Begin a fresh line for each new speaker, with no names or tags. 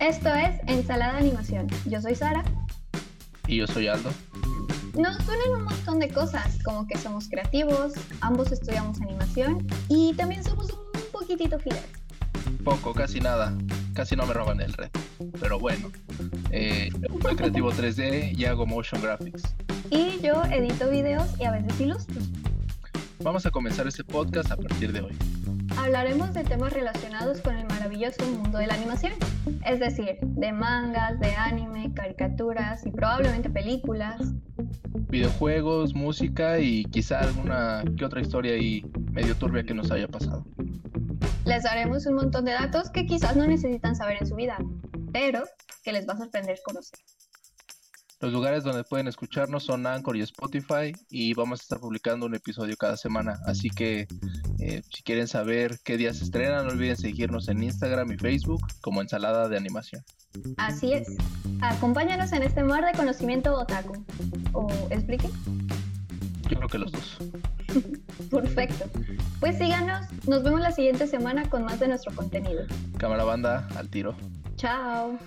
Esto es Ensalada de Animación. Yo soy Sara.
Y yo soy Aldo.
Nos unen un montón de cosas, como que somos creativos, ambos estudiamos animación y también somos un poquitito fideos.
Poco, casi nada. Casi no me roban el red. Pero bueno, eh, yo soy creativo 3D y hago motion graphics.
Y yo edito videos y a veces ilustro.
Vamos a comenzar este podcast a partir de hoy.
Hablaremos de temas relacionados con el maravilloso mundo de la animación, es decir, de mangas, de anime, caricaturas y probablemente películas.
Videojuegos, música y quizá alguna que otra historia ahí medio turbia que nos haya pasado.
Les daremos un montón de datos que quizás no necesitan saber en su vida, pero que les va a sorprender conocer.
Los lugares donde pueden escucharnos son Anchor y Spotify y vamos a estar publicando un episodio cada semana. Así que eh, si quieren saber qué días se estrenan, no olviden seguirnos en Instagram y Facebook como Ensalada de Animación.
Así es. Acompáñanos en este mar de conocimiento otaku. ¿O explique?
Yo creo que los dos.
Perfecto. Pues síganos. Nos vemos la siguiente semana con más de nuestro contenido.
Cámara banda, al tiro.
Chao.